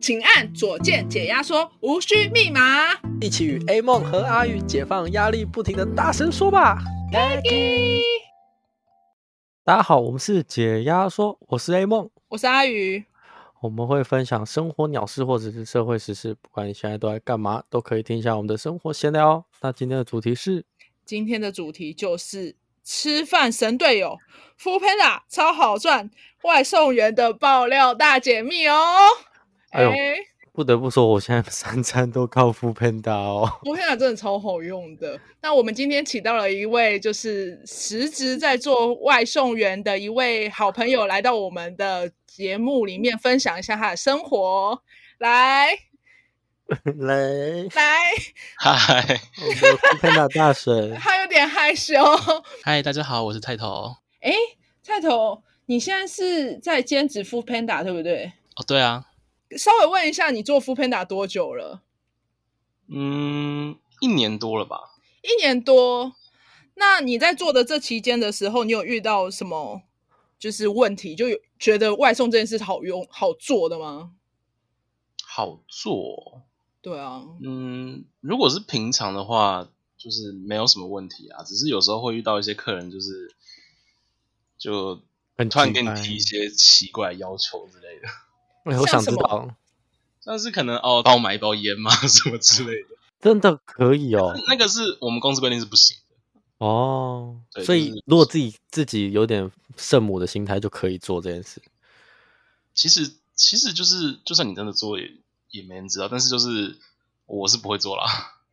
请按左键解压缩，无需密码。一起与 A 梦和阿宇解放压力，不停的大声说吧！大家好，我们是解压说，我是 A 梦，我是阿宇，我们会分享生活鸟事或者是社会时事，不管你现在都在干嘛，都可以听一下我们的生活闲聊哦。那今天的主题是，今天的主题就是吃饭神队友 f o o Panda 超好赚，外送员的爆料大解密哦。哎呦哎不得不说，我现在三餐都靠副喷打哦。我天啊，真的超好用的。那我们今天请到了一位就是实职在做外送员的一位好朋友，来到我们的节目里面分享一下他的生活。来 来，来，，嗨我们的副喷打大神他有点害羞。嗨，大家好，我是泰头。哦，哎，菜头，你现在是在兼职 f o o Panda 对不对？对啊，稍微问一下，你做 f o o Panda 多久了？嗯，一年多了吧？一年多。那你在做的这期间的时候，你有遇到什么就是问题？就有觉得外送这件事好用、好做的吗？好做，哦对啊，嗯，如果是平常的话，就是没有什么问题啊，只是有时候会遇到一些客人，就是就很突然鸡给你掰提一些奇怪的要求之类的，哎像我想什知么道，像是可能哦，帮我买一包烟嘛， 什么之类的，真的可以哦。那个是我们公司规定是不行的。哦，对所就以是如果自己自己有点圣母的心态，就可以做这件事。其实其实就是，就算你真的做也也没人知道，但是就是我是不会做啦。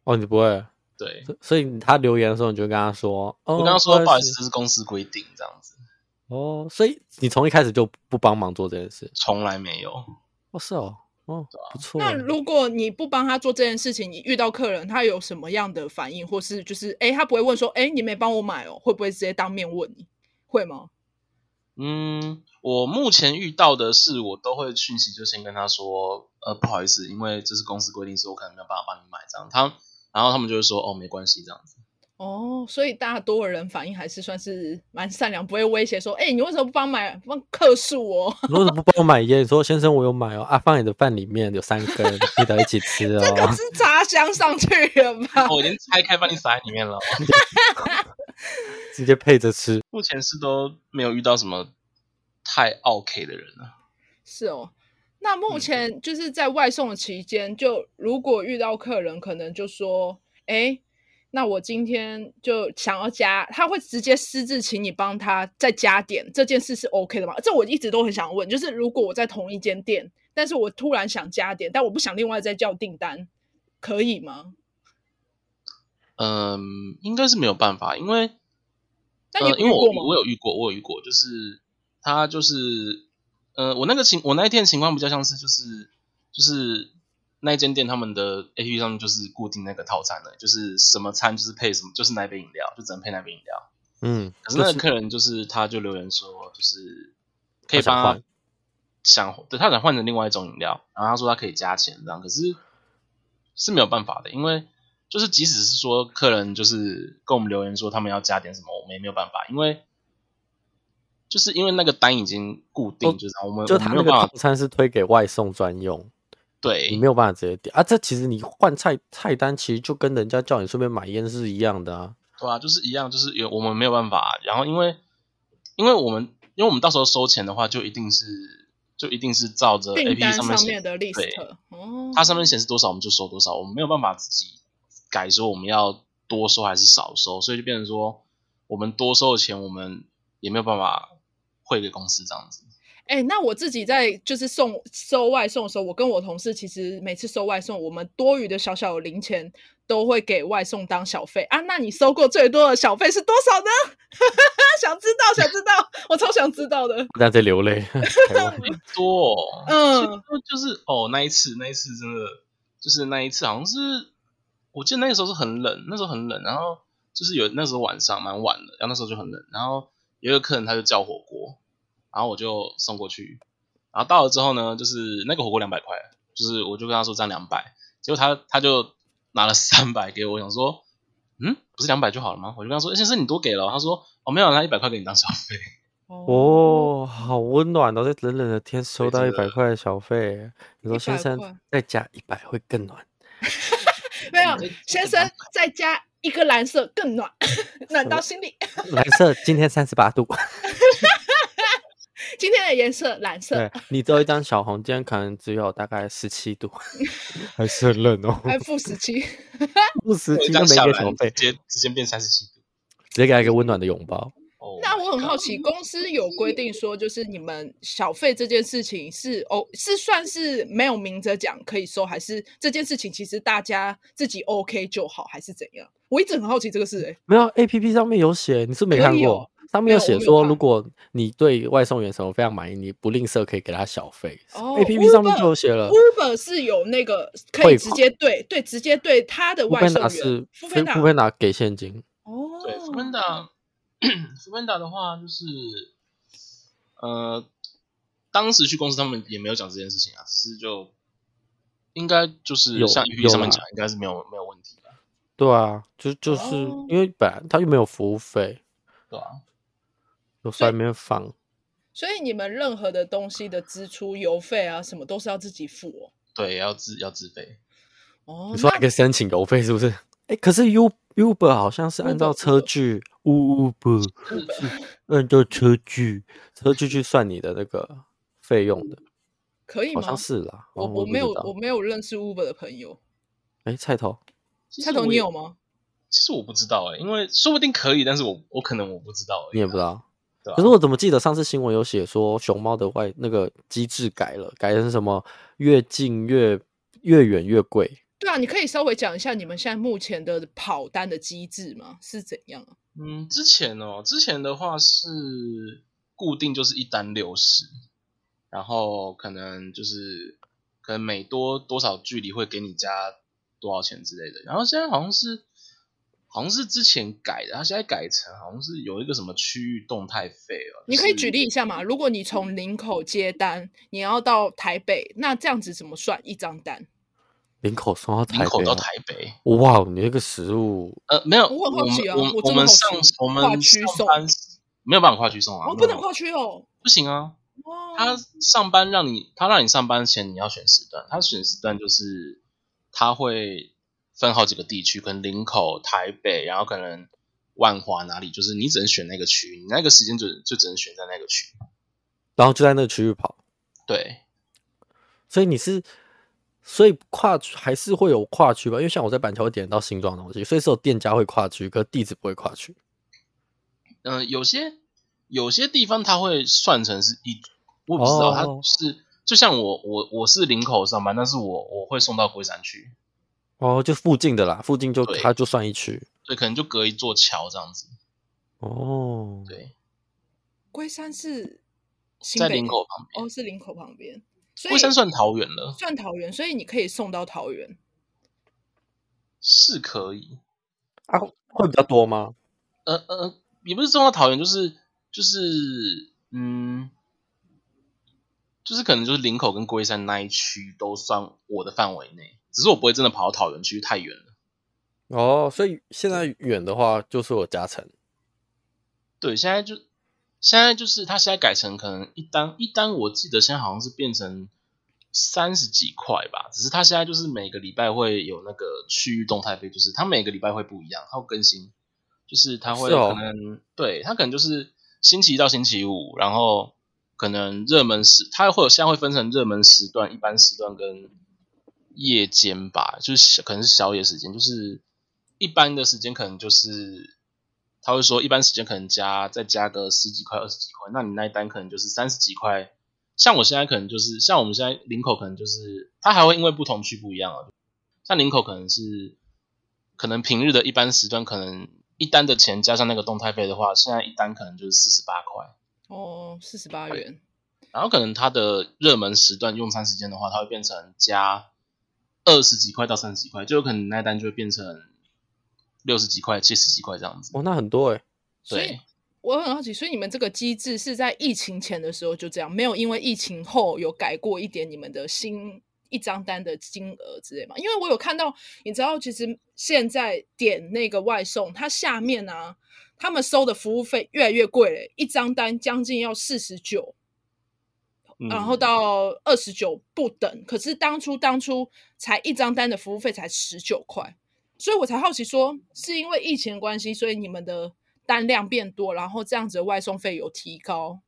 哦，你不会，对，所所以他留言的时候，你就跟他说，哦，我刚刚说不好意意思，思这是公司规定这样子，哦，所以你从一开始就不帮忙做这件事。从来没有。哦，是哦，哦，啊不错。那如果你不帮他做这件事情，你遇到客人他有什么样的反应，或是就是哎，诶他不会问说哎，诶你没帮我买哦，会不会直接当面问你？会吗？嗯，我目前遇到的是，我都会讯息就先跟他说，呃，不好意思，因为这是公司规定，所以我可能没有办法帮你买这样。他，然后他们就会说，哦，没关系这样子。哦，所以大多人反应还是算是蛮善良，不会威胁说哎，诶你为什么不帮买帮客诉我？如果不帮我买烟，你说先生我有买哦，啊，放你的饭里面有三根，记得一起吃哦。这是插香上去了吧？ 哦我已经拆开帮你撒在里面了。 直接配着吃。目前是都没有遇到什么太 OK 的人了。是哦，那目嗯前就是在外送的期间，就如果遇到客人，可能就说：“哎，那我今天就想要加，他会直接私自请你帮他再加点，这件事是 OK 的吗？”这我一直都很想问，就是如果我在同一间店，但是我突然想加点，但我不想另外再叫订单，可以吗？嗯，应该是没有办法，因为那你有呃、因为遇我过吗我有遇过，我有遇过，就是他就是呃，我那个情我那一天的情况比较像是就是就是那一间店他们的 A P P 上面就是固定那个套餐的，就是什么餐就是配什么，就是那一杯饮料，就只能配那杯饮料。嗯，可是那就个客人就是他就留言说，就是可他以想帮他换想对他想换成另外一种饮料，然后他说他可以加钱这样，可是是没有办法的，因为就是即使是说客人就是跟我们留言说他们要加点什么，我们也没有办法，因为就是因为那个单已经固定，哦就是我们就我他们没那有个办套法餐是推给外送专用，你对没有办法直接点啊。这其实你换菜菜单，其实就跟人家叫你顺便买烟是一样的啊。对啊，就是一样，就是有我们没有办法，然后因为因为我们因为我们到时候收钱的话，就一定是就一定是照着 A 订 P P 单上上面写面的 list 哦，它上面显示多少我们就收多少，我们没有办法自己改说我们要多收还是少收，所以就变成说我们多收的钱我们也没有办法汇给公司这样子。哎、那我自己在就是送收外送的时候，我跟我同事其实每次收外送，我们多余的小小的零钱都会给外送当小费啊。那你收过最多的小费是多少呢？ 想知道，想知道，我超想知道 的。大家在流 泪。台湾多、哦，嗯所以就就是哦，那一次那一次真的就是那一次好像是，我记得那个时候是很冷，那时候很冷，然后就是有那时候晚上蛮晚的，然后那时候就很冷，然后有一个客人他就叫火锅，然后我就送过去，然后到了之后呢，就是那个火锅两百块，就是我就跟他说这样两百，结果他他就拿了三百给我，我想说。哎啊嗯，不是两百就好了吗？我就跟他说，欸先生你多给了哦，他说哦没有，他一百块给你当小费。哦，好温暖哦！在冷冷的天收到一真的百块的小费，你说100先生块再加一百会更暖。没有嗯先生再加一个蓝色更暖， 暖到心里。 蓝色今天三十八度，今天的颜色蓝色对，你只有一张小红，今天可能只有大概十七度，还是很冷哦。还负十七，不时对今天这样没下给来小直费，接直接变三十七度。直接给他一个温暖的拥抱。哦，那我很好奇，公司有规定说，就是你们小费这件事情是哦，是算是没有明着讲可以收，还是这件事情其实大家自己 OK 就好，还是怎样？我一直很好奇这个事、欸，没有 A P P 上面有写，你是没可看以过？哦上没面有有我写没有说，看如果你对外送员什么非常满意，你不吝啬可以给他小费。哦嗯 A P P 上面，Uber 就有写了 Uber 是有那个可汇以直款接对对直接对他的外送，Foodpanda 员是 Foodpanda Foodpanda 给现金，哦，对 f u n d a f u n d a 的话就是，呃，当时去公司他们也没有讲这件事情啊，只是就应该就是有像 A P 有 P 上面啦讲，应该是没有没有问题吧？对啊，就就是哦因为本来他又没有服务费，对啊，有时候还没有放。所以你们任何的东西的支出、邮费啊什么都是要自己付哦。对，要自要自 费。哦，你说还可以申请邮费是 不是？哎，可是 U Uber 好像是按 Uber，照车 Uber 距，Uber 是按照车距，车距去算你的那个费用的，那可以好吗像？是啦。我哦我不没知有道我没有认识 Uber 的朋友，哎，菜头，其菜实头我你也有？吗？其实我不知道哎、因为说不定可以，但是我我可能我不知道而已啊、你也不知道。对啊可是我怎么记得上次新闻有写说熊猫的外那个机制改了，改成什么越近越越远越贵？对啊，你可以稍微讲一下你们现在目前的跑单的机制吗？是怎样啊？嗯，之前哦，之前的话是固定就是一单六十，然后可能就是可能每多多少距离会给你加多少钱之类的。然后现在好像是好像是之前改的，它现在改成好像是有一个什么区域动态费哦。你可以就是嗯举例一下嘛？如果你从林口接单，你要到台北，那这样子怎么算一张单？林口送到台林口北到哦，台北，哇，哦你那个食物呃，没有，我很好们奇啊我们我我真的们好奇上我跨们区上送班没有办法跨区送啊，哦，没不有能办法跨区哦。不行啊，哦，他上班让你，他让你上班前你要选时段，他选时段就是他会分好几个地区，可能林口、台北，然后可能万华哪里，就是你只能选那个区，你那个时间准就只能选在那个区。然后就在那个区域跑，对，所以你是，所以跨区还是会有跨区吧？因为像我在板桥会点到新庄的东西，所以是有店家会跨区，可是地址不会跨区。嗯、有些有些地方他会算成是一，我也不知道，他哦是就像我我我是林口上班，但是我我会送到龟山去，哦，就附近的啦，附近就对它就算一区。对，可能就隔一座桥这样子。哦，对，龟山是新在北林吗口旁边，哦，是林口旁边，所以龟山算桃园了，算桃园，所以你可以送到桃园。是可以。啊，会比较多吗？呃呃，也不是中到桃园，就是就是嗯，就是可能就是林口跟龟山那一区都算我的范围内，只是我不会真的跑到桃园去，太远了。哦，所以现在远的话就是有加成。对，现在就现在就是它现在改成可能一单一单，我记得现在好像是变成三十几块吧，只是它现在就是每个礼拜会有那个区域动态费，就是它每个礼拜会不一样，它会更新，就是它会是哦可能、对它可能就是星期一到星期五，然后可能热门时它会有现在会分成热门时段、一般时段跟夜间吧，就是小可能是小野时间，就是一般的时间可能就是他会说一般时间可能加再加个十几块、二十几块，那你那一单可能就是三十几块。像我现在可能就是像我们现在领口可能就是它还会因为不同区不一样啊，像领口可能是可能平日的一般时段可能。一单的钱加上那个动态费的话，现在一单可能就是四十八块，哦，四十八元。然后可能它的热门时段用餐时间的话，它会变成加二十几块到三十几块，就有可能那一单就会变成六十几块、七十几块这样子。哦，那很多哎、所以对，我很好奇，所以你们这个机制是在疫情前的时候就这样，没有因为疫情后有改过一点你们的新一张单的金额之类吗？因为我有看到，你知道，其实现在点那个外送，它下面啊，他们收的服务费越来越贵了，一张单将近要四十九，然后到二十九不等。可是当初当初才一张单的服务费才十九块，所以我才好奇说，是因为疫情的关系，所以你们的单量变多，然后这样子的外送费有提高，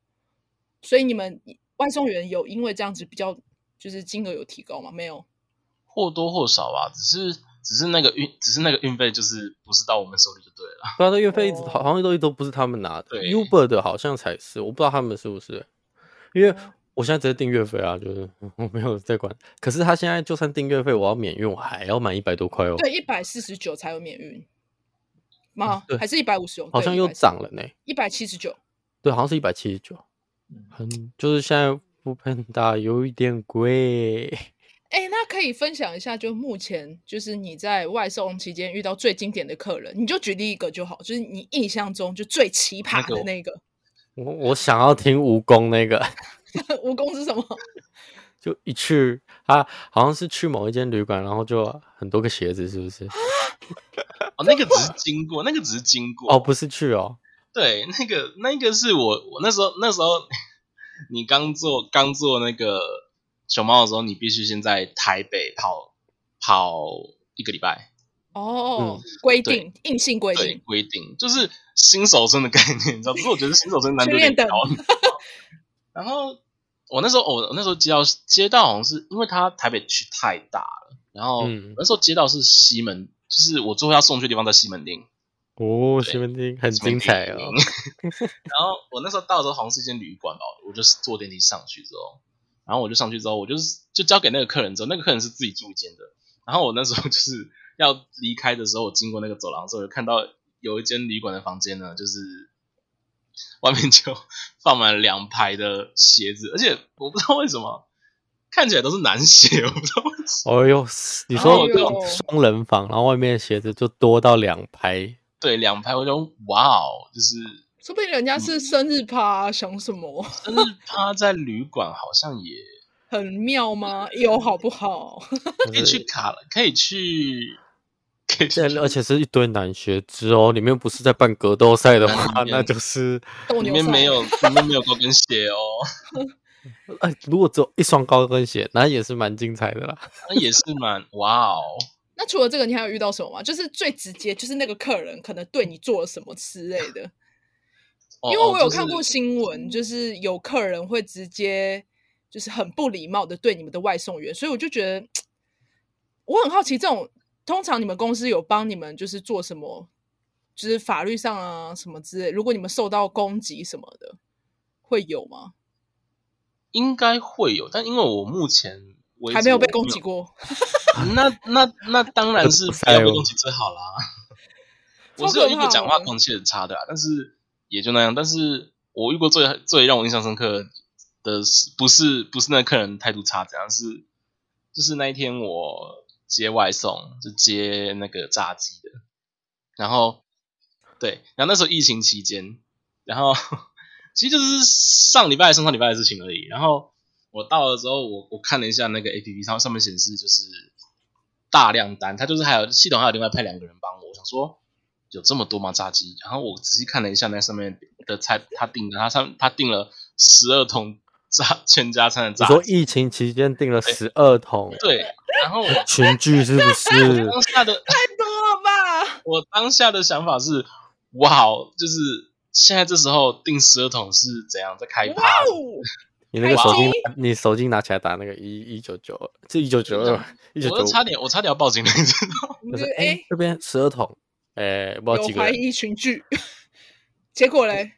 所以你们外送员有因为这样子比较就是金额有提高吗？没有。或多或少吧，只是只是那个运，只是那个运费就是不是到我们手里就对了。对啊，那运费一直哦好像都都不是他们拿的对，Uber 的好像才是，我不知道他们是不是，因为我现在直接订月费啊，就是我没有在管。可是他现在就算订月费，我要免运，我还要满一百多块哦，对，一百四十九才有免运吗？嗯对还是一百五十九？好像又涨了呢。一百七十九。对，好像是一百七十九，很就是现在不喷打有一点贵。哎，那可以分享一下，就目前就是你在外送期间遇到最经典的客人，你就举例一个就好，就是你印象中就最奇葩个的我那个。 我我想要听蜈蚣那个，蜈蚣是什么？就一去他好像是去某一间旅馆，然后就很多个鞋子，是不是？哦，那个只是经过，那个只是经过。哦，，不是去哦，对，那个那个是我我那时候那时候你刚做刚做那个熊猫的时候，你必须先在台北跑跑一个礼拜。哦，规嗯对定硬性规对，定。规定就是新手村的概念，你知道？只是我觉得新手村难度有点训练等高。然后我那时候我我那时候接到接到好像是因为他台北区太大了，然后我嗯那时候接到是西门，就是我最后要送去的地方在西门町。哦，对西门町很西门精町嗯彩哦。 然后我那时候到的时候好像是一间旅馆吧，我就是坐电梯上去之后，然后我就上去之后，我就是就交给那个客人之后，那个客人是自己住一间的。然后我那时候就是 要离开的时候，我经过那个走廊的时候，有看到有一间旅馆的房间呢，就是 外面就放满了两排的鞋子，而且我不知道为什么看起来都是男鞋，我不知道为什么。哦呦，你哎说呦双人房，然后外面的鞋子就多到两排，对，两排，我就哇哦，就是说不定人家是嗯生日趴、想什么但是他在旅馆好像也很妙吗？有好不好？ 可以去卡，可以去，可以去对，而且是一堆男学子哦。里面不是在办格斗赛的话，嗯那就是斗里牛面赛啊没有，里面没有高跟鞋哦，哎，如果只有一双高跟鞋，那也是蛮精彩的啦。那也是蛮哇哦。那除了这个，你还有遇到什么吗？就是最直接，就是那个客人可能对你做了什么之类的。哦因为我有就是看过新闻，就是有客人会直接就是很不礼貌的对你们的外送员，所以我就觉得我很好奇，这种通常你们公司有帮你们就是做什么，就是法律上啊什么之类，如果你们受到攻击什么的，会有吗？应该会有，但因为我目前为止还没有被攻击，过， 我没有那那那当然是不哦要被攻击最好啦。我是有遇过哦讲话口气很差的啦，啊但是也就那样。但是我遇过最最让我印象深刻的是，不是不是那客人态度差怎样，是就是那一天我接外送，就接那个炸鸡的，然后对，然后那时候疫情期间，然后 其实就是上礼拜、上上礼拜的事情而已。然后我到了之后，我我看了一下那个 A P P 上上面显示就是大量单，它就是还有系统还有另外派两个人帮我，我想说有这么多吗炸鸡？然后我仔细看了一下那上面的菜，他订的他上他订了十二桶炸全家餐的你炸说鸡，疫情期间订了十二桶对，然后我群聚，是不 是？当下的太多了吧？我当下的想法是，哇，哦就是现在这时候订十二桶是怎样在开趴？哇哦！你那个手机开机，你手机拿起来打那个一一九九，这一九九二， 一九我九都差点，我差点要报警了，你知道吗？ 你就就是哎、哎，这边十二桶，哎，不知道有几个怀人。疑群聚， 结果嘞，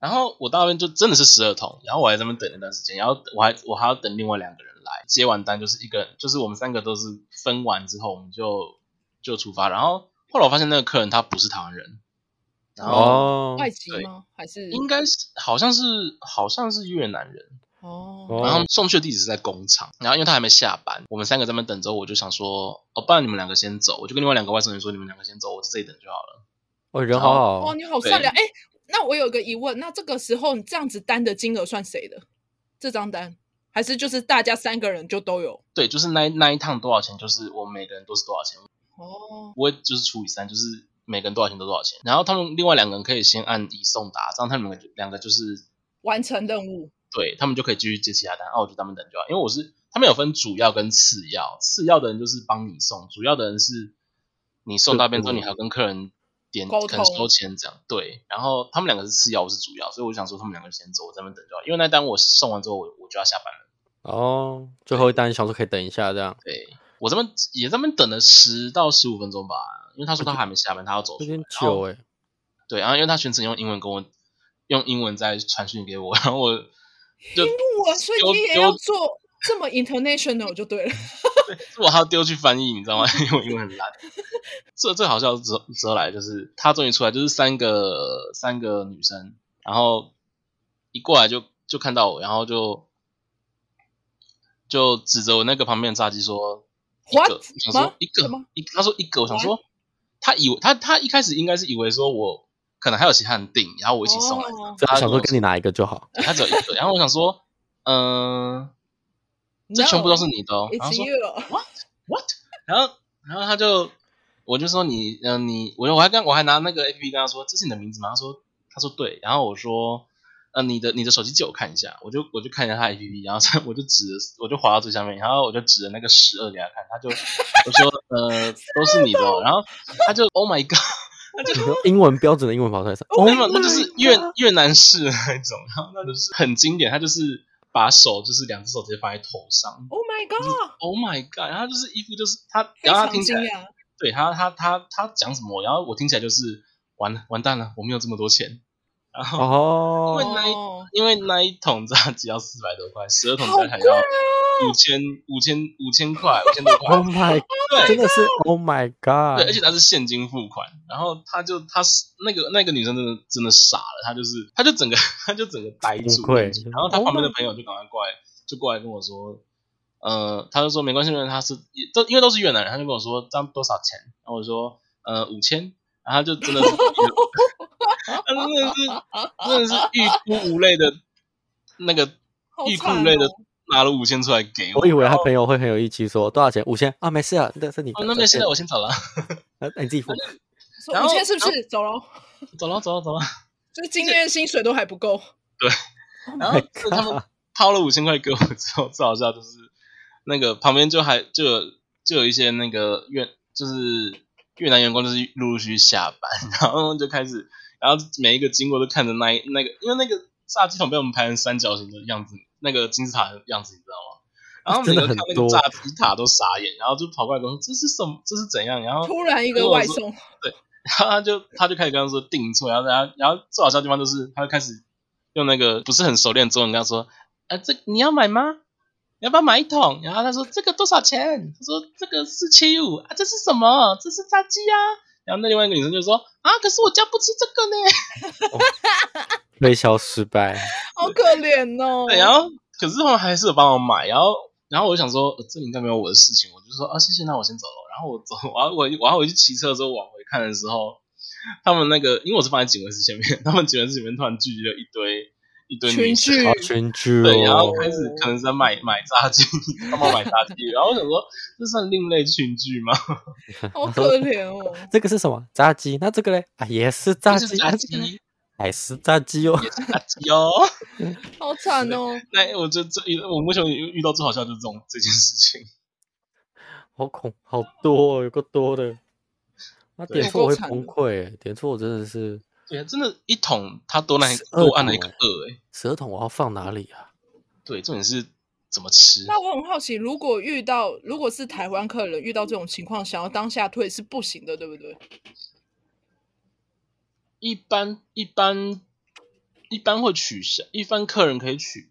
然后我到那边就真的是十二桶，然后我还在那边等了一段时间，然后我还我还要等另外两个人来接完单，就是一个人，就是我们三个都是分完之后，我们就就出发。然后后来我发现那个客人他不是台湾人，然后哦，外籍对吗？还是应该是好像是好像是越南人，哦哦然后他们送去的地址是在工厂，然后因为他还没下班，我们三个在那边等着，我就想说，哦，不然你们两个先走，我就跟另外两个外送员说，你们两个先走，我在这里等就好了。哦，人好哦，好，你好对善良。哎、那我有个疑问，那这个时候你这样子单的金额算谁的？这张单还是就是大家三个人就都有？对，就是那一那一趟多少钱，就是我们每个人都是多少钱，哦，我会就是除以三，就是每个人多少钱都多少钱，然后他们另外两个人可以先按移送达，这样他们两个两个就是完成任务。对他们就可以继续接其他单，那、我就他们等就好，因为我是他们有分主要跟次要，次要的人就是帮你送，主要的人是你送到边之后，嗯你还要跟客人点沟可能通收钱这样，对，然后他们两个是次要，我是主要，所以我想说他们两个先走，我在那边等就好，因为那单我送完之后我我就要下班了，哦，最后一单想说可以等一下这样，对我这边也在那边等了十到十五分钟吧，因为他说他还没下班，他要走有出来点然久后哎、对，然后因为他全程用英文跟我用英文在传讯给我，然后我就我所以丢你也丢要做这么 international 就对了。是我还要丢去翻译，你知道吗？ 因为我英文很烂。这最好笑的是之后之后来就是他终于出来，就是三个三个女生，然后一过来就就看到我，然后就就指着我那个旁边的炸鸡说：“一个 What？想吗说一什个么一他说一个，我想说他以为他他一开始应该是以为说我可能还有其他人订，然后我一起送来，哦所以他他想跟说我跟你拿一个就 好。他只有一个，然后我想说，嗯、这全部都是你的哦 No,。然后 It's 说 you。 what？然后然后他就我就说你嗯、呃你我就我还跟我还拿那个 A P P 跟他说这是你的名字吗？他说他说对，然后我说呃你的你的手机借我看一下，我就我就看一下他 A P P，然后我就 指我就滑到最下面，然后我就指着那个十二给他看，他就我说呃都是你的 哦，然后他就 Oh my God，英文标准的英文跑出来是，哦没有，那就是越越南式的那种，然后那就是很经典，他就是把手就是两只手直接放在头上 Oh my god！ ，Oh my God，然后他就是衣服就是他，非然后常他听起惊来。讶。对他，他他他讲什么，然后我听起来就是完了完蛋了，我没有这么多钱。然后、因为哦，那一哦，因为那一桶炸鸡要四百多块，十二桶好哦炸鸡还要五千五千五千块，五千多块。 Oh my，对真的是 Oh my 对，而 God！且他是现金付款，然后他就他是那个那个女生真的真的傻了，她就是她就整个 她就整个呆住崩，溃然后她旁边的朋友就赶快过来就过来跟我说，呃，他就说没关系，没关系，他是都因为都是越南人，他就跟我说这样多少钱，然后我说呃五千，然后他就真的是， 他真的是真的是欲哭无泪的那个好欲哭惨无泪的哦拿了五千出来给我，我以为他朋友会很有义气，说多少钱？五千啊，没事啊，那是你的。哦那边现在再我先走了， 见啊你自己付。说然五后千是不是走了？走了走了走了。就是今天的薪水都还不够。然后就是他们掏了五千块给我之后，最好笑就是那个旁边就还就有就有一些那个越就是越南员工就是陆陆续续下班， 然后就开始，然后每一个经过都看着那一那个，因为那个炸鸡桶被我们排成三角形的样子，那个金字塔的样子，你知道吗？然后每个看那个炸鸡塔都傻眼，然后就跑过来跟我说这是什么？这是怎样？然后突然一如个果外说送，然后他就他就开始跟他说订错，然后然后然后最好笑的地方就是他就开始用那个不是很熟练的中文跟他说，啊这你要买吗？你要不要买一桶？然后他说这个多少钱？他说这个四七五啊，这是什么？这是炸鸡啊。然后那另外一个女生就说啊，可是我家不吃这个呢。推销失 败，好可怜哦。对，然后可是他们还是有帮我买，然后然后我就想说、呃这里应该没有我的事情，我就说啊谢谢，那我先走了。然后我走，我要我我要回去骑车的时候往回看的时候，他们那个因为我是放在警卫室前面，他们警卫室里面突然聚集了一堆一堆群女生，聚好群居 对，然哦后。开始可能是在买买炸鸡，他们买炸鸡，然后我想说这算另类群聚吗？好可怜哦。这个是什么？炸鸡？那这个嘞？啊，也是炸 就是鸡，炸啊这个嘞 鸡，还是炸鸡哦。也是炸鸡哦。好惨哦！那我就这我目前遇到最好笑就是这种这件事情。好恐，好多、哦，有够多的。那对点错我有会够惨崩的溃、欸点错我真的是对啊，真的，一桶他多那12多按了一个桶二哎、舌头我要放哪里啊？对，重点是怎么吃。那我很好奇，如果遇到如果是台湾客人遇到这种情况，想要当下退是不行的，对不对？一般一般一般会取消，一般客人可以取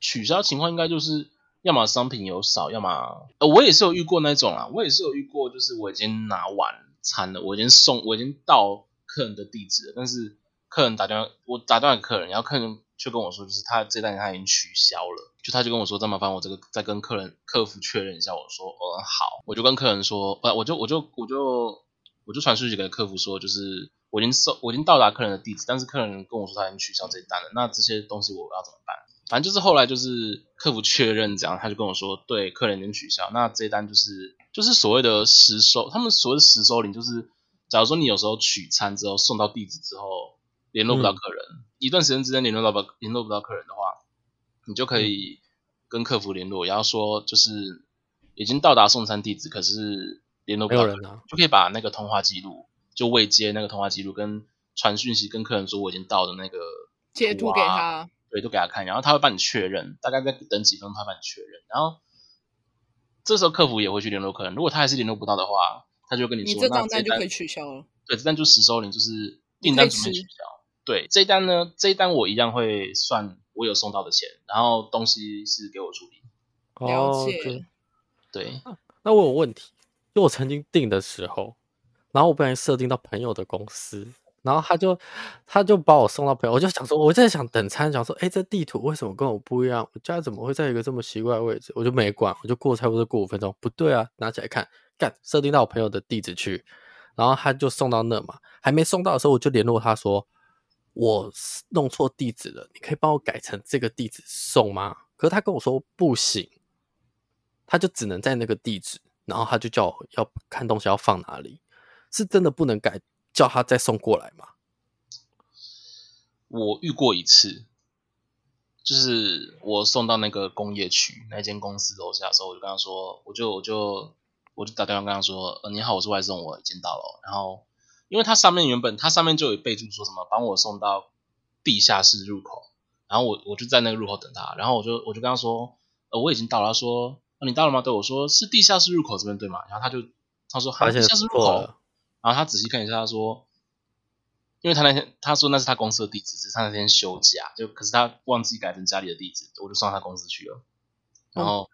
取消情况，应该就是要么商品有少，要么呃，我也是有遇过那种啊，我也是有遇过，就是我已经拿完餐了，我已经送，我已经到客人的地址了，但是客人打电话，我打电话给客人，然后客人却跟我说，就是他这单他已经取消了，就他就跟我说，再麻烦我这个再跟客人客服确认一下，我说，嗯，好，我就跟客人说，不，我就我就我就我就传讯息给客服说，就是我已经收，我已经到达客人的地址，但是客人跟我说他已经取消这一单了，那这些东西我要怎么办？反正就是后来就是客服确认这样，他就跟我说，对，客人已经取消，那这一单就是就是所谓的实收，他们所谓的实收领就是假如说你有时候取餐之后送到地址之后联络不到客人，一段时间之内联络到不联络不到客人的话，你就嗯可以跟客服联络，然后说就是已经到达送餐地址，可是联络不没有到客人，人啊，就可以把那个通话记录就未接那个通话记录跟传讯息跟客人说我已经到的那个截图给啊他，对，都给他看，然后他会帮你确认，大概再等几分钟，他帮你确认，然后这时候客服也会去联络客人，如果他还是联络不到的话，他就跟你你说，这那账这单一就单可以取消了。对，这单就实收，你就是你订可以单准备吃取消。对，这一单呢，这一单我一样会算我有送到的钱，然后东西是给我处理。了哦，解对。对，那我有问题，就我曾经订的时候，然后我不小心设定到朋友的公司，然后他就他就把我送到朋友，我就想说，我在想等餐，想说，哎，这地图为什么跟我不一样？我家怎么会在一个这么奇怪的位置？我就没管，我就过差不多过五分钟，不对啊，拿起来看，干，设定到我朋友的地址去，然后他就送到那嘛，还没送到的时候，我就联络他说。我弄错地址了，你可以帮我改成这个地址送吗？可是他跟我说不行，他就只能在那个地址，然后他就叫我要看东西要放哪里，是真的不能改，叫他再送过来嘛？我遇过一次，就是我送到那个工业区那间公司楼下的时候，我就跟他说，我就我就我就打电话跟他说，呃，你好，我是外送，我已经到了哦。然后，因为它上面原本它上面就有备注说什么，帮我送到地下室入口。然后我我就在那个入口等他，然后我就我就跟他说，呃，我已经到了。他说，呃、你到了吗？对，我说是地下室入口这边对吗？然后他就他说，发哈地现下室入错口了。然后他仔细看一下，他说，因为他那天他说那是他公司的地址，只是他那天休假，就可是他忘记改成家里的地址，我就送到他公司去了。然后、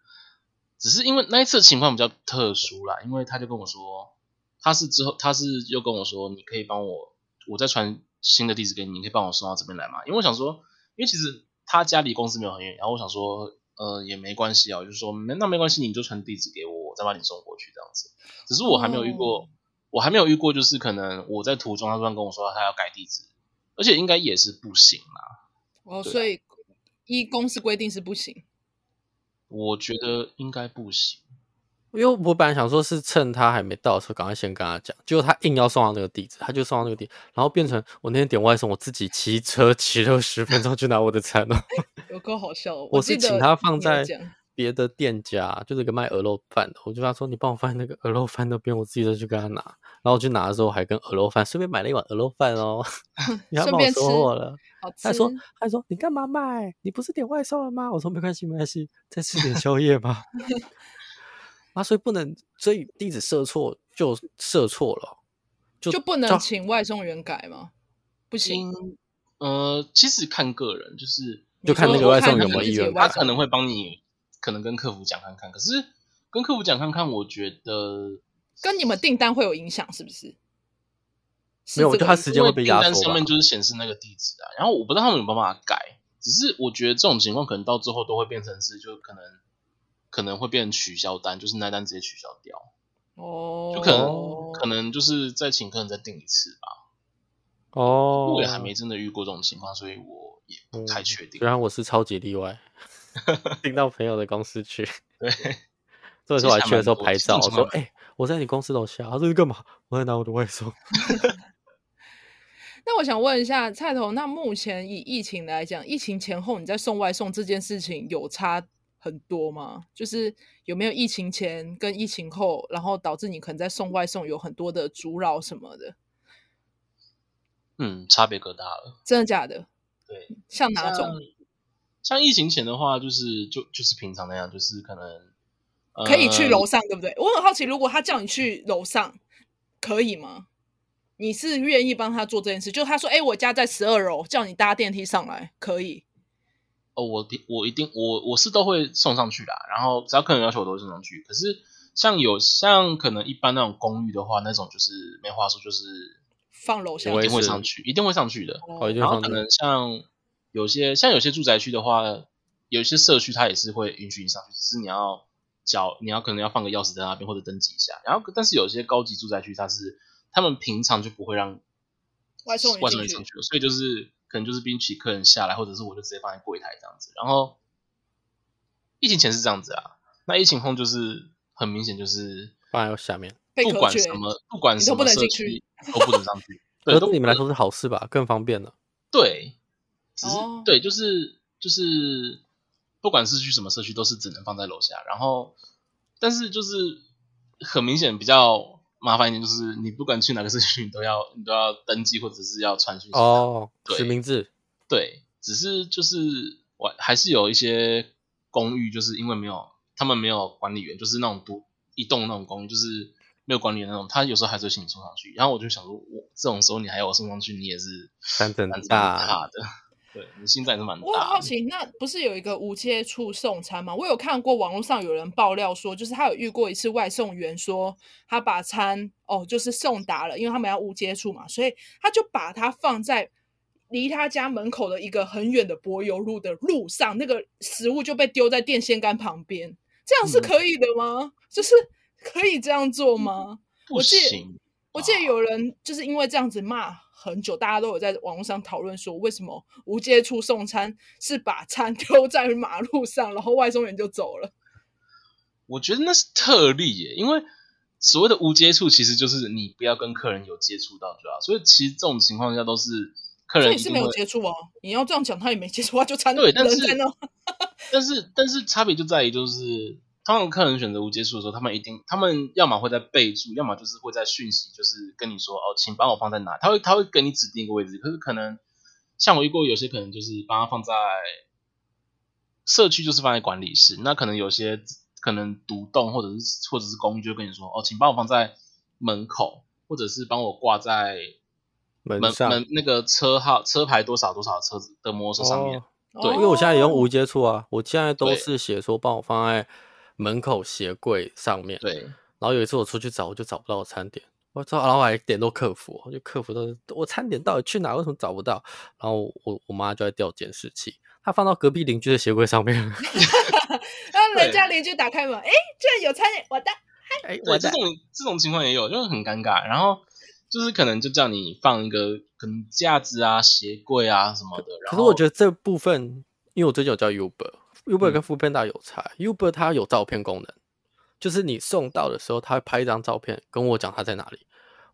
只是因为那一次的情况比较特殊啦，因为他就跟我说，他是之后他是又跟我说，你可以帮我，我再传新的地址给你，你可以帮我送到这边来嘛？因为我想说，因为其实他家离公司没有很远，然后我想说。呃，也没关系啊，我就说没那没关系，你就传地址给我，我再把你送过去这样子。只是我还没有遇过哦我还没有遇过，就是可能我在途中，他突然跟我说他要改地址，而且应该也是不行啦。哦，对啊所以依公司规定是不行。我觉得应该不行。因为我本来想说是趁他还没到的时候，赶快先跟他讲，结果他硬要送到那个地址，他就送到那个地址，然后变成我那天点外送，我自己骑车骑了十分钟去拿我的 餐了。有够好笑哦！我记是得请他放你有在讲别的店家，就是一个卖鹅肉饭的，我就跟他说你帮我放在那个鹅肉饭那边，我自己再去跟他拿。然后我去拿的时候还跟鹅肉饭顺便买了一碗鹅肉饭哦， 你还顺帮我便吃收获了。好吃，他说：“他说你干嘛买？你不是点外送了吗？”我说：“没关系，没关系，再吃点宵夜吧。”啊，所以不能，所以地址设错就设错了，就就不能叫请外送员改吗？不行，呃，其实看个人，就是你就看说那个我外看送他有没们有自意己愿的改外他送可能会帮你，可能跟客服讲看看。可是跟客服讲看看，我觉得跟你们订单会有影响，是不是？是没有这就个他意思时因间会为被订压单缩上吧面？就是显示那个地址啊。然后我不知道他们有没有办法改，只是我觉得这种情况可能到最后都会变成是，就可能可能会变成取消单，就是那单直接取消掉。哦，就可能可能就是再请客人再订一次吧。哦，我也还没真的遇过这种情况，所以我也不嗯太确定虽。然我是超级例 外，订到朋友的公司去。对，这时候其实我还还去的蛮时候多拍其实照，这我种说：“情哎、我在你公司楼下。”他说：“你干嘛？”我在拿我的外送。那我想问一下菜头，那目前以疫情来讲，疫情前后你在送外送这件事情有差很多吗？就是有没有疫情前跟疫情后，然后导致你可能在送外送有很多的阻扰什么的？嗯，差别可大了。真的假的？嗯对，像哪种？像？像疫情前的话，就是就就是平常那样，就是可能、呃可以去楼上，对不对？我很好奇，如果他叫你去楼上，可以吗？你是愿意帮他做这件事？就他说：“哎、我家在十二楼，叫你搭电梯上来，可以。哦，我平我一定我我是都会送上去啦，然后只要客人要求我都会送上去。可是像有像可能一般那种公寓的话，那种就是没话说，就是”放楼下我一也定会是上去，一定会上去的。我就哦然后放可那个能像有些像有些住宅区的话，有些社区它也是会允许你上去，只是你要缴，你要可能要放个钥匙在那边或者登记一下。然后但是有些高级住宅区它是他们平常就不会让外送员外送进员去上去的，所以就是可能就是宾起客人下来，或者是我就直接放在柜台这样子。然后疫情前是这样子啊，那疫情后就是很明显就是放在下面，被不隔管绝，什么不管你什都不么能社进区都不能上 去，对可都对你们来说是好事吧？更方便了。对，只是、哦对，就是就是，不管是去什么社区，都是只能放在楼下。然后，但是就是很明显比较麻烦一点，就是你不管去哪个社区，你都要你都要登记或者是啊要传讯息。，哦，对实名制对，只是就是我还是有一些公寓，就是因为没有他们没有管理员，就是那种独一栋那种公寓，就是没有管理员那种，他有时候还是会请你送上去。然后我就想说，我这种时候你还要我送上去，你也 是胆子很胆子大啊蛮大的。对，你心脏也是蛮大的。我很好奇，那不是有一个无接触送餐吗？我有看过网络上有人爆料说，就是他有遇过一次外送员说，他把餐哦就是送达了，因为他们要无接触嘛，所以他就把它放在离他家门口的一个很远的柏油路的路上，那个食物就被丢在电线杆旁边，这样是嗯可以的吗？就是可以这样做吗？不我记得行，我记得有人就是因为这样子骂很久，大家都有在网络上讨论说，为什么无接触送餐是把餐 丢在马路上，然后外送员就走了？我觉得那是特例耶，因为所谓的无接触，其实就是你不要跟客人有接触到就好。所以其实这种情况下都是客这人也一是定没有会，接触哦。你要这样讲，他也没接触，他 就餐对但人是在那。但是但是差别就在于就是。他们客人选择无接触的时候，他们一定，他们要么会在备注，要么就是会在讯息，就是跟你说哦，请帮我放在哪，他会他会给你指定一个位置。可是可能像我遇过有些可能就是帮他放在社区就是放在管理室，那可能有些可能独栋或者是或者是公寓就跟你说哦，请帮我放在门口，或者是帮我挂在门门上。门那个车号车牌多少多少的车子的摩托车上面。哦因为我现在也用无哦接触啊，我现在都对是写说帮我放在门口鞋柜上面。对，然后有一次我出去找，我就找不到我餐点，我操，然后我还联络客服，就客服都是我餐点到底去哪，为什么找不到？然后我我妈就在调监视器，她放到隔壁邻居的鞋柜上 面。然后人对家邻居打开门，哎，居然有餐饮，我的哎，对我这在种这种情况也有，就是很尴尬。然后就是可能就叫你放一个可能架子啊、鞋柜啊什么的。然可后是我觉得这部分，因为我最近有叫 Uber，Uber 嗯跟 f o o p a n d a 有差、u b e r 它有照片功能，就是你送到的时候，它会拍一张照片跟我讲它在哪里。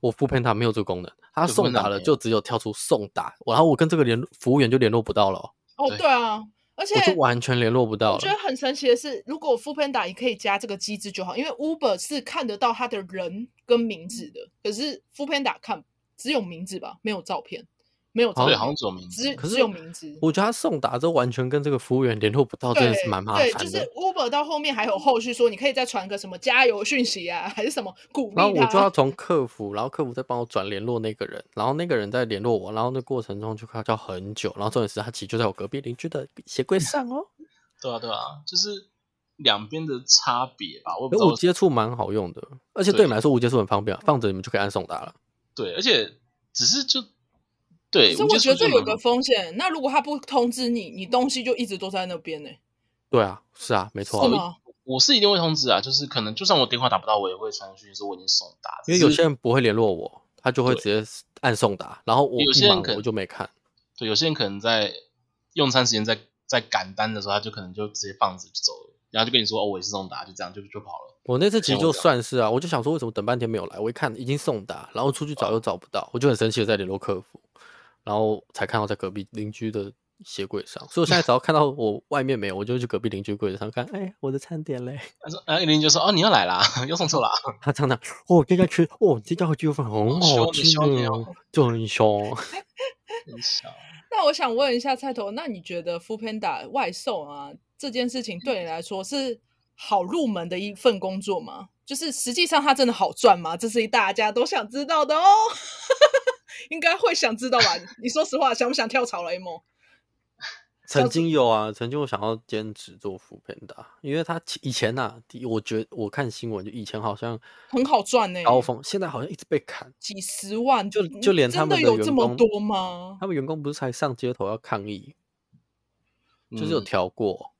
我 f o o p a n d a 没有这个功能，它对送达 Foodpanda 欸了没有就只有跳出送达，然后我跟这个联服务员就联络不到了哦，哦，对对啊，而且我就完全联络不到我觉得了。很神奇的是，如果 f o o p a n d a 也可以加这个机制就好，因为 Uber 是看得到他的人跟名字的，可是 f o o p a n d a 看只有名字吧，没有照片，没有照对，片，好像只有名字。只可只是有名字。我觉得他送达之后完全跟这个服务员联络不到，真对的是蛮麻烦对，的。就是 Uber 到后面还有后续说，你可以再传个什么加油讯息啊，还是什么鼓励然他。后我就要从客服，然后客服再帮我转联络那个人，然后那个人再联络我，然后那过程中就要叫很久，然后重点是他其实就在我隔壁邻居的鞋柜上哦。对啊，对啊，就是两边的差别吧。我也不可知道无为什么接触蛮好用的，而且对你们来说无接触很方便啊，放着你们就可以按送达了。对，而且只是就可对，是无接我觉得触这就有蛮个风险，那如果他不通知你，你东西就一直都在那边呢、对啊，是啊，没错是啊、吗？我是一定会通知啊，就是可能就算我电话打不到，我也会传讯息说我已经送达。因为有只是些人不会联络我，他就会对直接按送达，然后我有一些人忙可能我就没看。对有些人可能在用餐时间在在赶单的时候，他就可能就直接放着就走了，然后就跟你说哦我也是送达，就这样就就跑了。我那次其实像就我这样算是啊，我就想说为什么等半天没有来，我一看已经送达，然后出去找啊又找不到，我就很生气的在联络客服，然后才看到在隔壁邻居的鞋柜上，所以我现在只要看到我外面没有，我就去隔壁邻居柜上看，哎，我的餐 点嘞，他说啊，林就说哦你又来啦， 又送错啦。他常常哦这家吃哦这家鸡肉饭很好凶你吃凶你哦，就 很凶。很小。那我想问一下菜头，那你觉得 f o o Panda 外送啊这件事情对你来说是好入门的一份工作吗？就是实际上它真的好赚吗？这是大家都想知道的哦， 应该会想知道吧？你说实话，想不想跳槽雷蒙？曾经有啊，曾经我想要兼职做副片的，因为他其以前呐、啊，第我觉我看新闻就以前好像很好赚呢高峰，现在好像一直被砍。几十万，就嗯就连他真们的有员这工么多吗？他们员工不是才上街头要抗议，就是有嗯调过，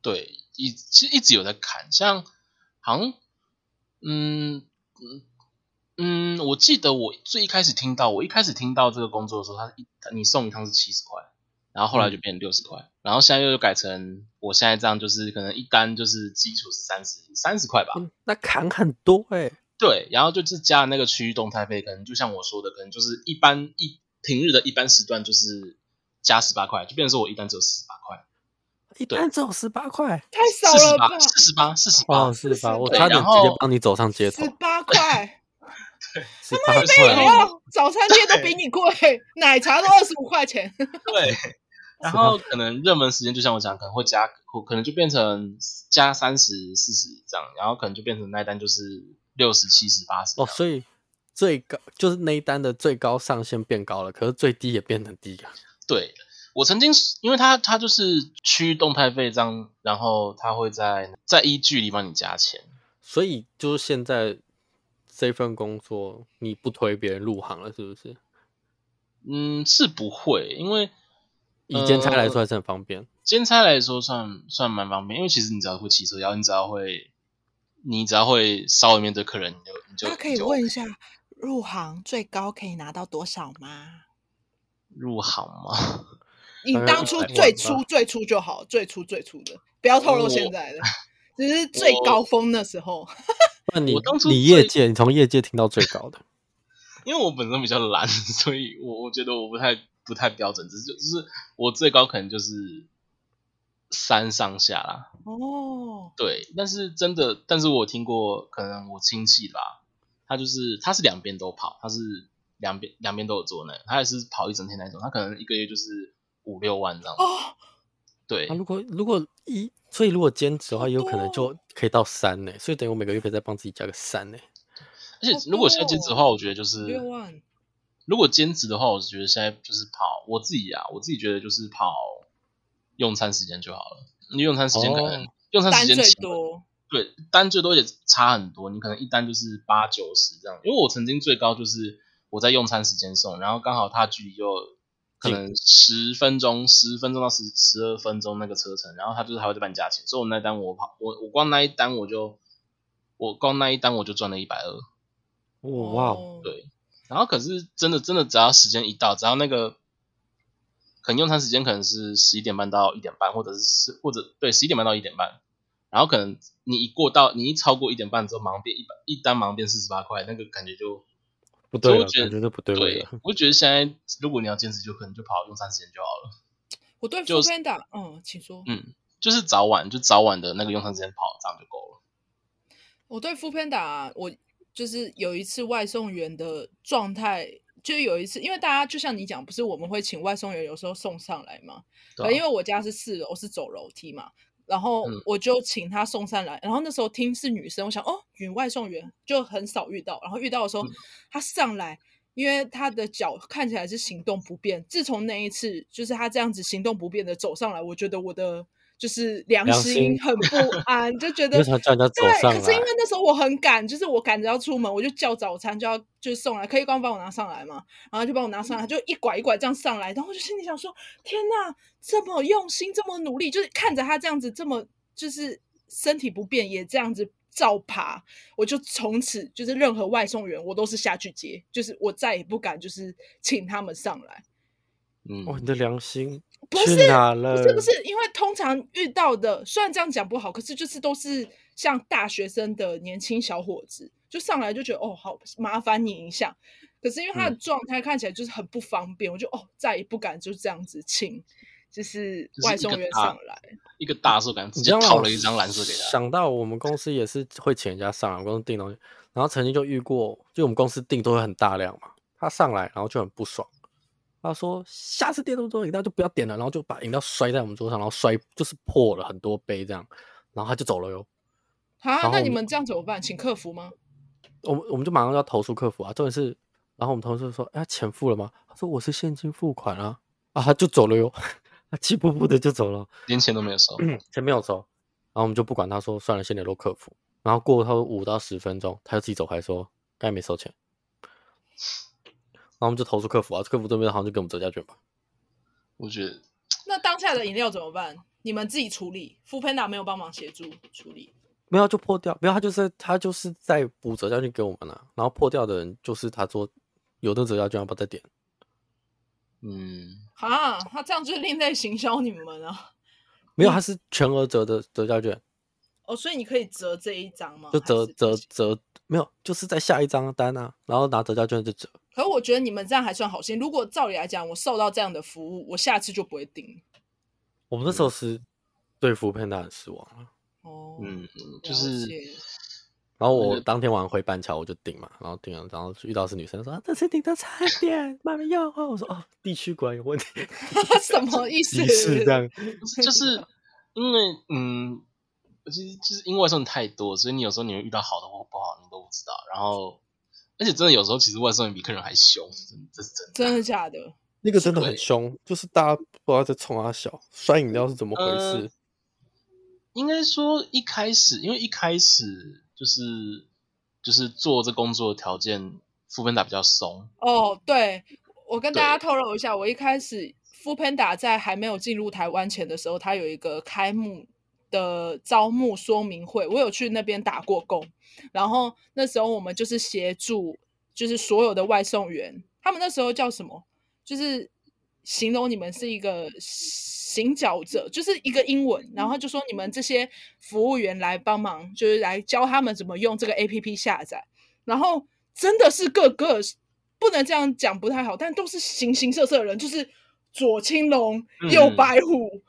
对，一其实一直有在砍，像好像嗯嗯嗯，我记得我最一开始听到，我一开始听到这个工作的时候，他一你送一趟是七十块，然后后嗯来就变六十块，然后现在又改成我现在这样，就是可能一单就是基础是三十三十块吧，嗯那砍很多哎、对，然后就是加那个区域动态费，可能就像我说的，可能就是一般一平日的一般时段就是加十八块，就变成说我一单只有十八块，一对般只有十八块太少四十了八，吧？四十八，四十八哦，，是吧？我啊对差点然直接后帮你走上街头十，八块，十八饮块，料、早餐店都比你贵，奶茶都二十五块钱。 对。然是吧后可能热门时间就像我讲，可能会加，可能就变成加三十、四十这样，然后可能就变成那一单就是六十、七十、八十。哦，所以最高就是那一单的最高上限变高了，可是最低也变成低了。对，我曾经是因为它它就是区域动态费这样，然后它会在在依距离帮你加钱。所以就是现在这份工作，你不推别人入行了，是不是？嗯，是不会，因为以兼差来说呃还是很方便。兼差来说算算蛮方便，因为其实你只要会骑车，然后你只要会，你只要会稍微面对客人，你就你就那可以你就问一下，入行最高可以拿到多少吗？入行吗？你大概当初500最吧初最初就好，最初最初的，不要透露现我在的，只是最我高峰的时候。那你我当初你最业界，你从业界听到最高的， 因为我本身比较懒， 所以我我觉得我不太不太标准，只是就是我最高可能就是三上下啦。哦，对，但是真的，但是我听过，可能我亲戚吧，他就是他是两边都跑，他是两边两边都有做那个，他也是跑一整天那种，他可能一个月就是五六万这样。哦，啊对那、，如果如果一，所以如果兼职的话，好有可能多哦就可以到三呢、所以等于我每个月可以再帮自己加个三呢、而且好哦如果现在兼职的话，我觉得就是六万，如果兼职的话，我是觉得现在就是跑我自己啊，我自己觉得就是跑用餐时间就好了，因为用餐时间可能、哦用餐单时间最起多，对，单最多也差很多，你可能一单就是八九十这样。因为我曾经最高就是我在用餐时间送，然后刚好他距离就可能十分钟、十分钟到十十二分钟那个车程，然后他就是还会再帮你加钱，所以我那单我跑我我光那一单我就我光那一单我就赚了一百二，哇哇哦哦，对。然后可是真的真的只要时间一到，只要那个可能用餐时间可能是十一点半到一点半，或者是是或者对十一点半到一点半，然后可能你一过到你一超过一点半之后，马上变一百一单，马上变四十八块，那个感觉就不所对以我了，觉得感觉就不对味对了。。我就觉得现在如果你要兼职，就可能就跑用餐时间就好了，我对 f 就 o o 是 Panda，嗯，请说。嗯，就是早晚就早晚的那个用餐时间跑，这样就够了。我对 f o o Panda，啊我就是有一次外送员的状态，就有一次，因为大家就像你讲，不是我们会请外送员有时候送上来嘛，呃对啊、因为我家是四楼，是走楼梯嘛，然后嗯我就请他送上来，然后那时候听是女生，我想哦，女外送员就很少遇到，然后遇到的嗯时候，她上来。因为她的脚看起来是行动不便，自从那一次，就是她这样子行动不便的走上来，我觉得我的就是良良心心很不安，就 觉得你为什么叫人家走对，上可是因来为？那时候我很赶，就是我赶着要出门，我就叫早餐就要就是送来，可以光帮我拿上来嘛，然后就帮我拿上来，就一拐一拐这样上来，然后我就心里想说，天呐，这么用心，这么努力，就是看着他这样子，这么就是身体不便也这样子照爬，我就从此就是任何外送员我都是下去接，就是我再也不敢就是请他们上来。嗯，哇，你的良心不去是哪不了？是不是，因为通常遇到的，虽然这样讲不好，可是就是都是像大学生的年轻小伙子，就上来就觉得哦，好麻烦你一下。可是因为他的状态看起来就是很不方便，我就哦，再也不敢就这样子请，就是就是外一个送员大上来。一个大寿感直你接这样让套我了一张蓝色给他，想到我们公司也是会请人家上来，我们公司订东西，然后曾经就遇过，就我们公司订都会很大量嘛，他上来然后就很不爽，他说下次点那么多饮料就不要点了，然后就把饮料摔在我们桌上，然后摔就是破了很多杯这样，然后他就走了哟。啊，然那后你我们这样怎么办？请客服吗？我们我们就马上就要投诉客服啊，重点是，然后我们同事就说，哎，钱付了吗？他说我是现金付款啊，啊，他就走了哟， 他气噗噗的就走了。连钱都没有收。前面有走，然后我们就不管他说算了，先联络客服。然后过他五到十分钟，他就自己走开说该没收钱。然后我们就投诉客服啊，客服这边好像就给我们折价券吧。我觉得那当下的饮料怎么办？你们自己处理 f o o Panda 没有帮忙协助处理。没有就破掉，没有他就是他就是在补折价券给我们了、啊然后破掉的人就是他说有的折价券要不要再点？嗯，啊，他这样就是另类行销你们啊！没有，他是全额折的折价券，哦，所以你可以折这一张吗？就还折是不折行折没有，就是在下一张单啊，然后拿折价券就折。可我觉得你们这样还算好心。如果照理来讲，我受到这样的服务，我下次就不会订我们那嗯时候是对服务片很失望了，哦。嗯，就了是解 然后我当天晚上回板桥我就订嘛，然后订了，然后遇到是女生说、啊、这次订的差一点，买了药啊，我说哦地区管有问题， 什么意思？歧视这样， 就是因为嗯，其实就是因为外送太多，所以你有时候你会遇到好的或不好，你都不知道。然后，而且真的有时候其实外送员比客人还凶，真这是真的。真的假的？那个真的很对凶，就是大家不知道在冲他笑，摔饮料是怎么回事？呃应该说一开始，因为一开始就是就是做这工作的条件，副本打比较松，哦，对，我跟大家对透露一下，我一开始 f o o Panda 在还没有进入台湾前的时候，它有一个开幕的招募说明会，我有去那边打过工。然后那时候我们就是协助，就是所有的外送员，他们那时候叫什么？就是形容你们是一个行脚者，就是一个英文，然后就说你们这些服务员来帮忙，就是来教他们怎么用这个 A P P 下载。然后真的是各个不能这样讲不太好，但都是形形色色的人，就是左青龙、右嗯白虎，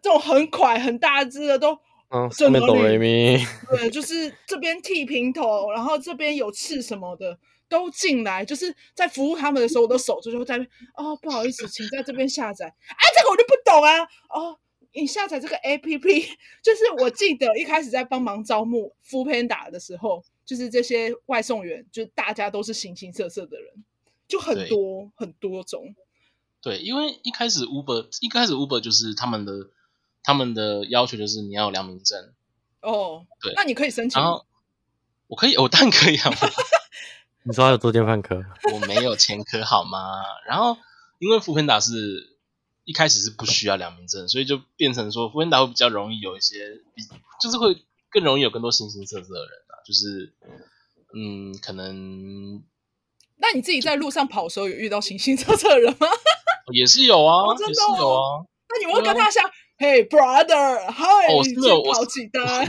这种很快很大只的都呃嗯，上整面个抖女雷咪，对，就是这边剃平头，然后这边有刺什么的都进来，就是在服务他们的时候，我都手就就会在那边哦，不好意思，请在这边下载。哎，这个我就不懂啊，哦。你下载这个 A P P，就是 我记得一开始在帮忙招募 f o o Panda 的时候，就是这些外送员，就是大家都是形形色色的人，就很对多很多种。对，因为一开始 Uber 一开始 Uber 就是他们的他们的要求就是你要有良民证，哦，对那你可以申请然吗，后我可以，我当然可以啊， 你说他有多奸犯科？我我没有前科好吗？然后因为福肯达是一开始是不需要良民证，所以就变成说福肯达会比较容易有一些比，就是会更容易有更多形形色色的人啊，就是嗯，可能那你自己在路上跑的时候有遇到形形色色的人吗？也是有啊，哦真的也是有啊。那你会跟他讲，Hey brother，Hi，、哦是今没有天我跑是几单？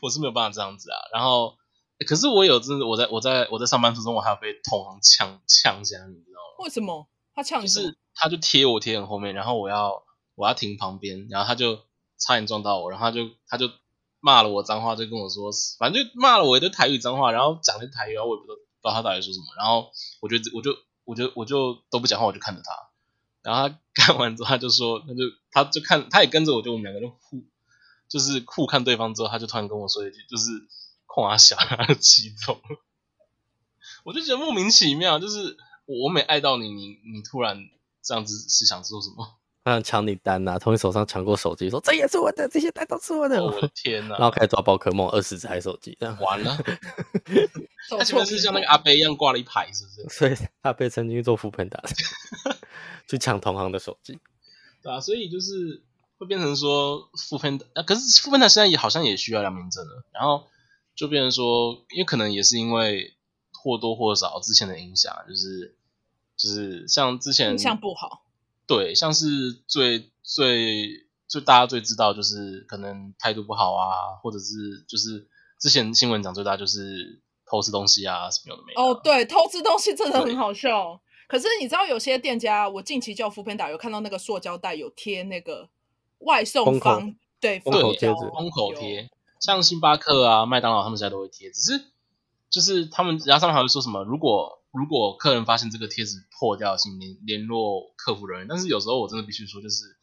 我是没有办法这样子啊。然后，欸可是我有真的，我在我在我在上班途中，我还有被同行呛呛一下，你知道 吗？为什么他呛就你什么？是他就贴我贴很后面，然后我要我要停旁边，然后他就差点撞到我，然后他就他就骂了我脏话，就跟我说，反正就骂了我一堆台语脏话，然后讲了一堆台语，然后我也不知道不知道他到底说什么，然后我就我就我就我就都不讲话，我就看着他，然后他 看完之后他就说，他就他就看他也跟着我，就我们两个就互就是互看对方之后，他就突然跟我说一句，就是空啊小，然后就骑走了。我就觉得莫名其妙，就是我我每爱到你，你你突然这样子是想做什么？他想抢你单呐、啊从你手上抢过手机，说这也是我的，这些单都是我的，哦我的天哪、 然后开始抓宝可梦二十只台手机，这 样。完了！走他前错面是地像那个方阿贝一样挂了一排，是不是？所以他被曾经做副喷打， 去抢同行的手机。对啊，所以就是会变成说副喷，啊，可是副喷塔现在也好像也需要良民证了，然后就变成说，因为可能也是因为或多或少之前的影响，啊就是就是像之前印象不好。对，像是最最最大家最知道就是可能态度不好啊，或者是就是之前新闻讲最大就是偷吃东西啊什么有的没的啊。哦，对，偷吃东西真的很对好笑。可是你知道有些店家，我近期叫福片打有看到那个塑胶袋有贴那个外送封口方对封方口标贴纸封口有贴，像星巴克啊、麦当劳他们现在都会贴，只是就是他们然后上面还会说什么，如果如果客人发现这个贴纸破掉，请联联络客服人员。但是有时候我真的必须说，就是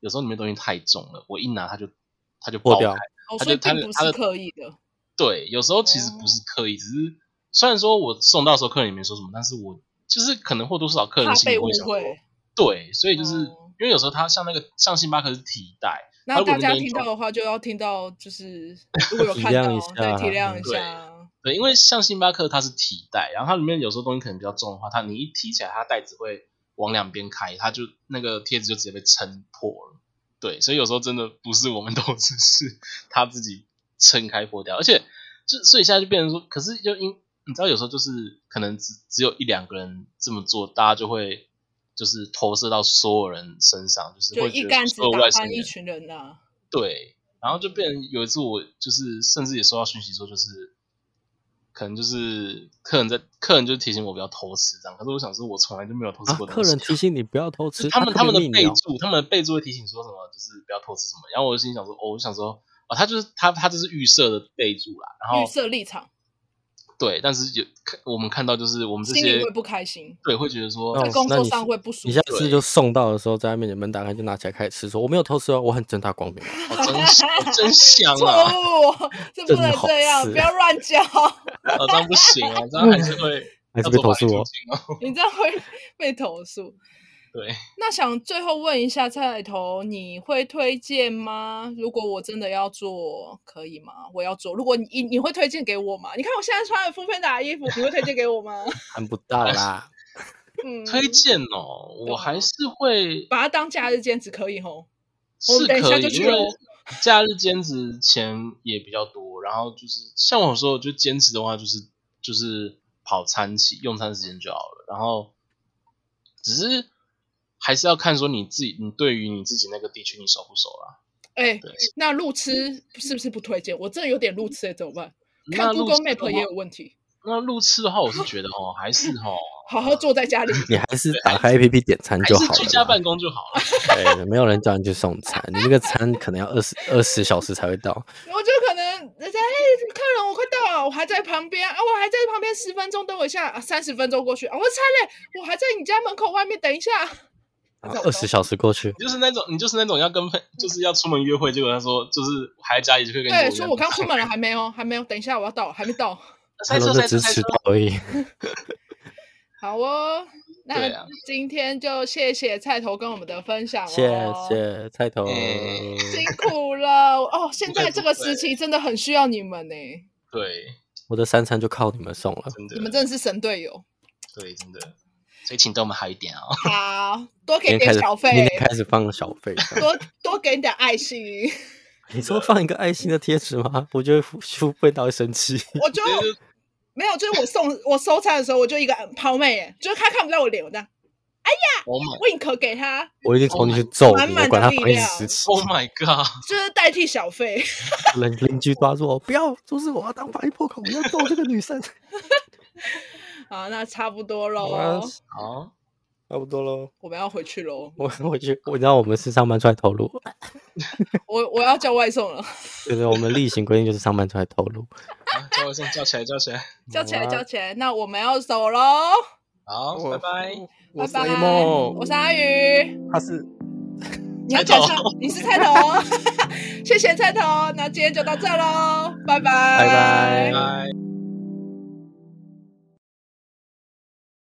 有时候里面东西太重了，我一拿它就它就破爆掉开哦，他所以就他并就不他是就刻意的。对，有时候其实哦不是刻意，只是虽然说我送到的时候客人也没说什么，但是我就是可能或多或少客人怕心里被误会想说会，对，所以就是、哦因为有时候他像那个像星巴克是提袋，那他如果大那家边听装到的话，就要听到就是如果有 体看到谅一，对，体下谅一对下。对，因为像星巴克它是提袋，然后它里面有时候东西可能比较重的话，它你一提起来，它袋子会往两边开，它就那个贴纸就直接被撑破了。对，所以有时候真的不是我们投资，是它自己撑开破掉，而且就所以现在就变成说，可是就因你知道有时候就是可能只只有一两个人这么做，大家就会就是投射到所有人身上，就是就会觉一得竿子所有打外星翻一人群人呐、啊对，然后就变成有一次我就是甚至也收到讯息说，就是可能就是客人在客人就提醒我不要偷吃这样，可是我想说，我从来就没有偷吃啊，过、东客西人提醒你不要偷吃，他们他特他们别的密备聊注，他们的备注会提醒说什么，就是不要偷吃什么。然后我就心里想说，哦，我就想说，啊，他就是他他这是预设的备注啦。然哦预后设立场，对，但是有看我们看到就是我们这心里些会不开心，对会觉得说，哦在工那作你上是会不舒你下服。次就送到的时候，在他面前门打开就拿起来开始吃，说我没有偷吃哦，我很正大光明。哦真我真香错 啊，误，这不真能好这样，吃不要乱 教，啊这样不行啊，这样还是会还是被要走法投律诉途哦。径哦。你这样会 被投诉。对，那想最后问一下菜头，你会推荐吗？如果我真的要做，可以吗？我要做，如果你你你会推荐给我吗？你看我现在穿的肤片打的衣服，你会推荐给我吗？ 看不到啦，嗯，啊推荐哦，我还是会把它当假日兼职可以吼。我是们等一下可以，就去因 为咯假日兼职钱也比较多，然后就是像我说，就兼职的话，就是就是跑餐期、用餐时间就好了，然后只是还是要看说你自己，你对于你自己那个地区你熟不熟啦。哎、对，那路痴是不是不推荐？我真的有点路痴、欸，怎么办？那看路 Google 痴的 Map 话也有问题。那路痴的话，我是觉得哦，还是 哦，好好坐在家里，你还是打开 APP 点餐还就是好居家了办啦。公就好 了。对，没有人叫你去送餐，你那个餐可能要二十二十小时才会到。我就可能人家哎、客人我快到了，我还在旁边啊，我还在旁边十分钟，等我一下啊，三十分钟过去啊，我菜嘞，我还在你家门口外面等一下。然后二十小时过去，你就是那种，你就是那种要跟朋，就是要出门约会，结果他说就是还在家里就可以跟你对，约说我刚出门了，还没哦，还没有，等一下我要到了，还没到。他塞都是车塞车只塞迟车，到而已。好哦，对那啊今天就谢谢菜头跟我们的分享、哦，谢谢菜头，哎 辛苦了哦！现不在会这不个时会期真的很需要你们呢、对，我的三餐就靠你们送了。真的你，们真的是神队友。对，真的，所以请对我们好一点 哦。好多给明点天开始小，明费天，开始放小费。这样多多给点爱心。你说放一个爱心的贴纸吗？我觉得付付费到会 生气。我就其实没有，就是我送我收餐的时候，我就一个抛媚耶，就是他看不到我脸，我这样 Oh my 我 i n 给他，我一定冲进去揍满你，满我管的他力防疫量时期。 Oh my god！就是代替小费。 邻邻居抓住我，不要阻止我，要当防疫破口，我要揍这个女生。好，那差不多 好啊喽，好，差不多喽，我们要回去喽。我我去，我知道我们是上班出来投入，我我要叫外送了，对对，我们例行规定就是上班出来投入。啊叫外送，叫起来，叫起来。叫起来好啊叫起来。那我们要走喽，好，拜拜。拜我是拜 emo，。我是阿鱼。他是你要菜讲头上，你是菜头，哦 谢谢菜头，那今天就到这喽，拜拜，拜拜拜。